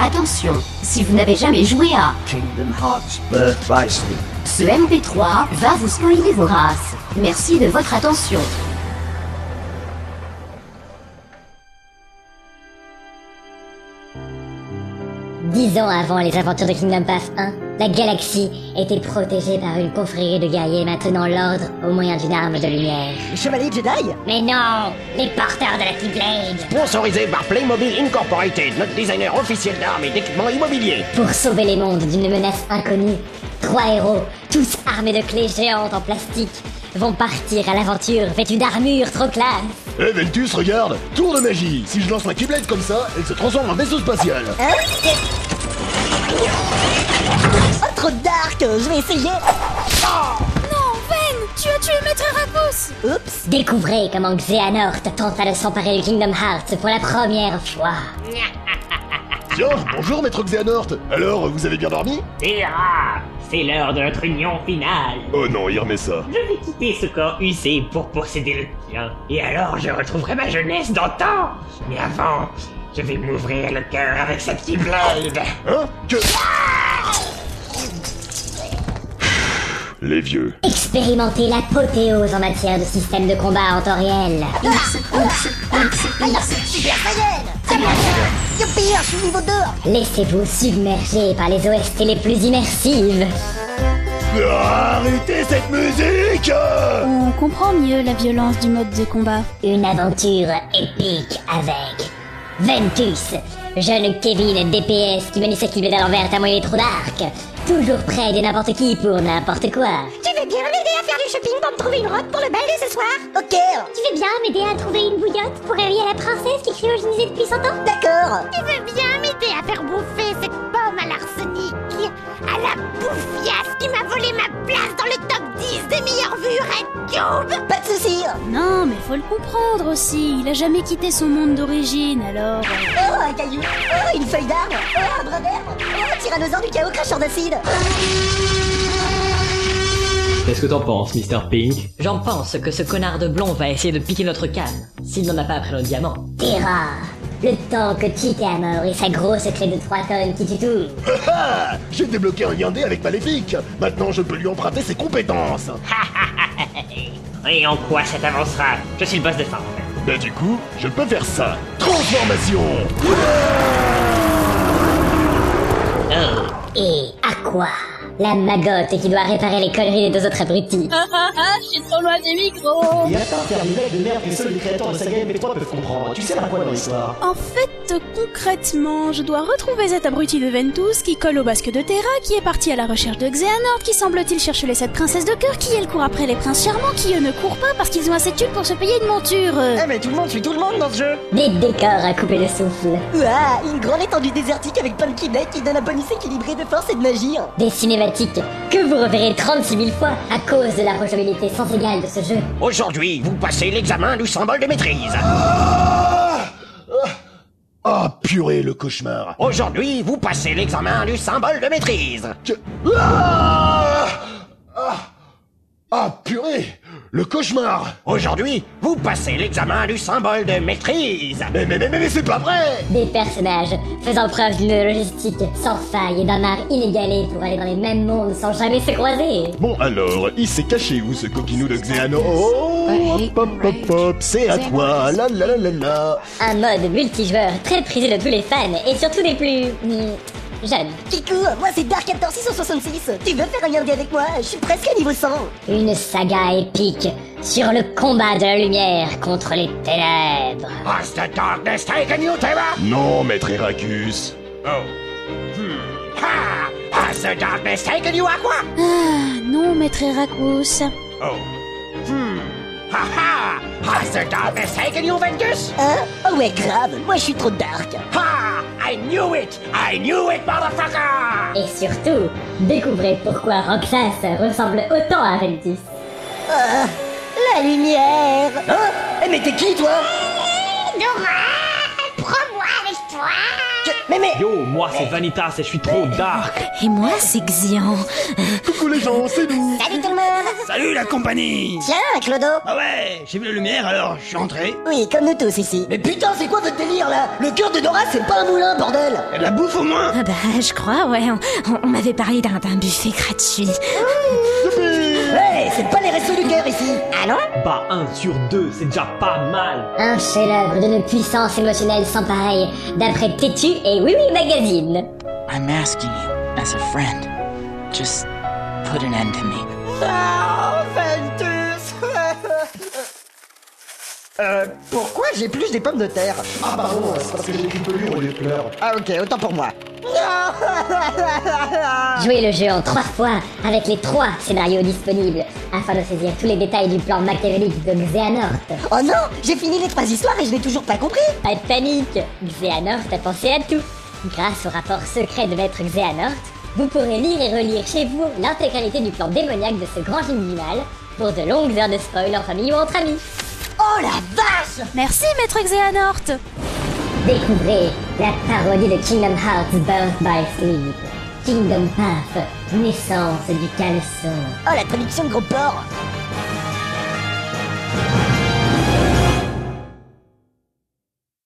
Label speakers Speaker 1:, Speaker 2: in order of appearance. Speaker 1: Attention, si vous n'avez jamais joué à
Speaker 2: Kingdom Hearts Birth by Sleep.
Speaker 1: ce MP3, va vous spoiler vos races. Merci de votre attention.
Speaker 3: Dix ans avant les aventures de Kingdom Pass 1, la galaxie était protégée par une confrérie de guerriers maintenant l'ordre au moyen d'une arme de lumière.
Speaker 4: Les chevaliers Jedi
Speaker 3: Mais non Les porteurs de la Keyblade
Speaker 5: Sponsorisé par Playmobil Incorporated, notre designer officiel d'armes et d'équipements immobiliers.
Speaker 3: Pour sauver les mondes d'une menace inconnue, trois héros, tous armés de clés géantes en plastique, vont partir à l'aventure vêtus d'armures trop classe.
Speaker 6: Eh Veltus, regarde Tour de magie Si je lance ma Keyblade comme ça, elle se transforme en vaisseau spatial
Speaker 4: Hein Oh, trop dark Je vais essayer
Speaker 7: Non, Ven Tu as tué Maître Rakos
Speaker 4: Oups
Speaker 3: Découvrez comment Xehanort tenta de s'emparer du Kingdom Hearts pour la première fois.
Speaker 6: Tiens, bonjour maître Xehanort Alors, vous avez bien dormi
Speaker 8: Terra, ah, c'est l'heure de notre union finale.
Speaker 6: Oh non, il remet ça.
Speaker 8: Je vais quitter ce corps usé pour posséder le tien. Et alors, je retrouverai ma jeunesse d'antan. Mais avant, je vais m'ouvrir le cœur avec cette petite blade.
Speaker 6: Hein Que... Les vieux.
Speaker 3: Expérimentez l'apothéose en matière de système de combat en temps réel.
Speaker 4: Super Saiyan Youpi, je suis niveau 2
Speaker 3: Laissez-vous submerger par les OST les plus immersives.
Speaker 6: Arrêtez cette musique
Speaker 7: On comprend mieux la violence du mode de combat.
Speaker 3: Une aventure épique avec Ventus, jeune Kevin DPS qui menait sa Keyblade à l'envers à moyen trop d'arc. Toujours près de n'importe qui pour n'importe quoi.
Speaker 4: Tu veux bien m'aider à faire du shopping pour me trouver une robe pour le ballet ce soir Ok
Speaker 3: Tu veux bien m'aider à trouver une bouillotte pour réveiller la princesse qui cryogénisait depuis 100 ans
Speaker 4: D'accord
Speaker 7: Tu veux bien m'aider à faire bouffer cette pomme à l'arsenic À la bouffiasse qui m'a volé ma place dans le top 10 des meilleures vues Red Cube
Speaker 4: Pas de soucis
Speaker 7: Non, mais faut le comprendre aussi. Il a jamais quitté son monde d'origine, alors...
Speaker 4: Oh, un caillou Oh, une feuille d'arbre Oh, un brin d'herbe Oh, un tyrannosaure du chaos cracheur d'acide
Speaker 9: Qu'est-ce que t'en penses, Mr. Pink
Speaker 10: J'en pense que ce connard de blond va essayer de piquer notre canne, s'il n'en a pas après le diamant.
Speaker 3: Terra, le temps que tu t'es à mort et sa grosse clé de 3 tonnes qui tue tout.
Speaker 6: Ah ah J'ai débloqué un lien D avec Maléfique Maintenant, je peux lui emprunter ses compétences
Speaker 8: Et en quoi ça t'avancera Je suis le boss de fin.
Speaker 6: Bah du coup, je peux faire ça Transformation
Speaker 3: Et Aqua, la magotte qui doit réparer les conneries des deux autres
Speaker 2: Et
Speaker 3: abrutis.
Speaker 2: attends, faire les blagues de merde que seuls les créateurs de saga MP3 peuvent comprendre. Tu sers à quoi dans l'histoire
Speaker 7: En fait, concrètement, je dois retrouver cet abruti de Ventus qui colle au basque de Terra, qui est parti à la recherche de Xehanort, qui semble-t-il cherche les sept princesses de cœur, qui elle court après les princes charmants, qui eux ne courent pas parce qu'ils ont assez de thunes pour se payer une monture. euh.
Speaker 4: Eh, mais tout le monde suit tout le monde dans ce jeu
Speaker 3: Des décors à couper le souffle.
Speaker 4: Ouah, une grande étendue désertique avec plein de keyblades qui donne un bonus équilibré de force et de magie
Speaker 3: Des cinématiques que vous reverrez 36 000 fois à cause de la rejouabilité sans égale de ce jeu.
Speaker 5: Aujourd'hui, vous passez l'examen du symbole de maîtrise.
Speaker 6: Ah purée, le cauchemar
Speaker 5: Aujourd'hui, vous passez l'examen du symbole de maîtrise.
Speaker 6: Que- Ah Ah Ah, purée Le cauchemar
Speaker 5: Aujourd'hui, vous passez l'examen du symbole de maîtrise.
Speaker 6: Mais mais mais mais, mais c'est pas vrai
Speaker 3: Des personnages faisant preuve d'une logistique sans faille et d'un art inégalé pour aller dans les mêmes mondes sans jamais se croiser.
Speaker 6: Bon alors, il s'est caché où ce coquinou de Xehanort Oh Hop hop hop hop, c'est à toi La la la la la
Speaker 3: Un mode multijoueur très prisé de tous les fans et surtout des plus... hmm, jeunes.
Speaker 4: Kikou, moi c'est Dark 14666 Tu veux faire un lien avec moi Je suis presque à niveau 100
Speaker 3: Une saga épique sur le combat de la lumière contre les ténèbres.
Speaker 5: Has the darkness taken you, Terra?
Speaker 6: Non, maître Heracus
Speaker 5: Oh. Hmm. Ha! Has the darkness taken you, Aqua?
Speaker 7: Ah, non, maître Heracus.
Speaker 5: Oh. Hmm. Ha ha! Has the darkness taken you, Ventus?
Speaker 4: Hein Oh ouais, grave Moi je suis trop dark
Speaker 5: Ha! I knew it! I knew it, motherfucker!
Speaker 3: Et surtout, découvrez pourquoi Roxas ressemble autant à Ventus.
Speaker 4: Ah, La lumière Hein Eh, Mais t'es qui toi
Speaker 7: Nora Prends-moi avec toi
Speaker 2: Mais mais Yo, moi c'est Vanitas et je suis trop dark
Speaker 11: Et moi, c'est Xian.
Speaker 6: Coucou les gens, c'est nous
Speaker 4: Salut tout le monde
Speaker 5: Salut la compagnie
Speaker 4: Tiens, Clodo
Speaker 5: Ah ouais, j'ai vu la lumière alors je suis rentré.
Speaker 4: Oui, comme nous tous ici. Mais putain, c'est quoi votre délire là Le cœur de Dora, c'est pas un moulin, bordel
Speaker 5: Et de la bouffe au moins
Speaker 11: Ah bah, je crois, ouais. On, on- on m'avait parlé d'un d'un buffet gratuit.
Speaker 4: Ouais, c'est pas les restos du cœur ici Allons
Speaker 2: Bah 1 sur 2, c'est déjà pas mal
Speaker 3: Un chef-d'œuvre d'une puissance émotionnelle sans pareille, d'après Tétu et Oui Oui Magazine.
Speaker 12: I'm asking you, as a friend, just put an end to me.
Speaker 4: Ah, Euh, pourquoi j'ai plus des pommes de terre
Speaker 2: Ah pardon, c'est parce que j'ai écrit pelure au lieu de pleurs
Speaker 4: Ah ok, autant pour moi.
Speaker 3: Jouez le jeu en trois fois avec les trois scénarios disponibles afin de saisir tous les détails du plan machiavélique de Xehanort.
Speaker 4: Oh non, j'ai fini les trois histoires et je l'ai toujours pas compris.
Speaker 3: Pas de panique, Xehanort a pensé à tout. Grâce au rapport secret de maître Xehanort, vous pourrez lire et relire chez vous l'intégralité du plan démoniaque de ce grand génie du mal pour de longues heures de spoil en famille ou entre amis.
Speaker 4: Oh la vache
Speaker 7: Merci, maître Xehanort
Speaker 3: Découvrez la parodie de Kingdom Hearts Birth by Sleep. Kingdom Path, naissance du caleçon.
Speaker 4: Oh la traduction de gros porc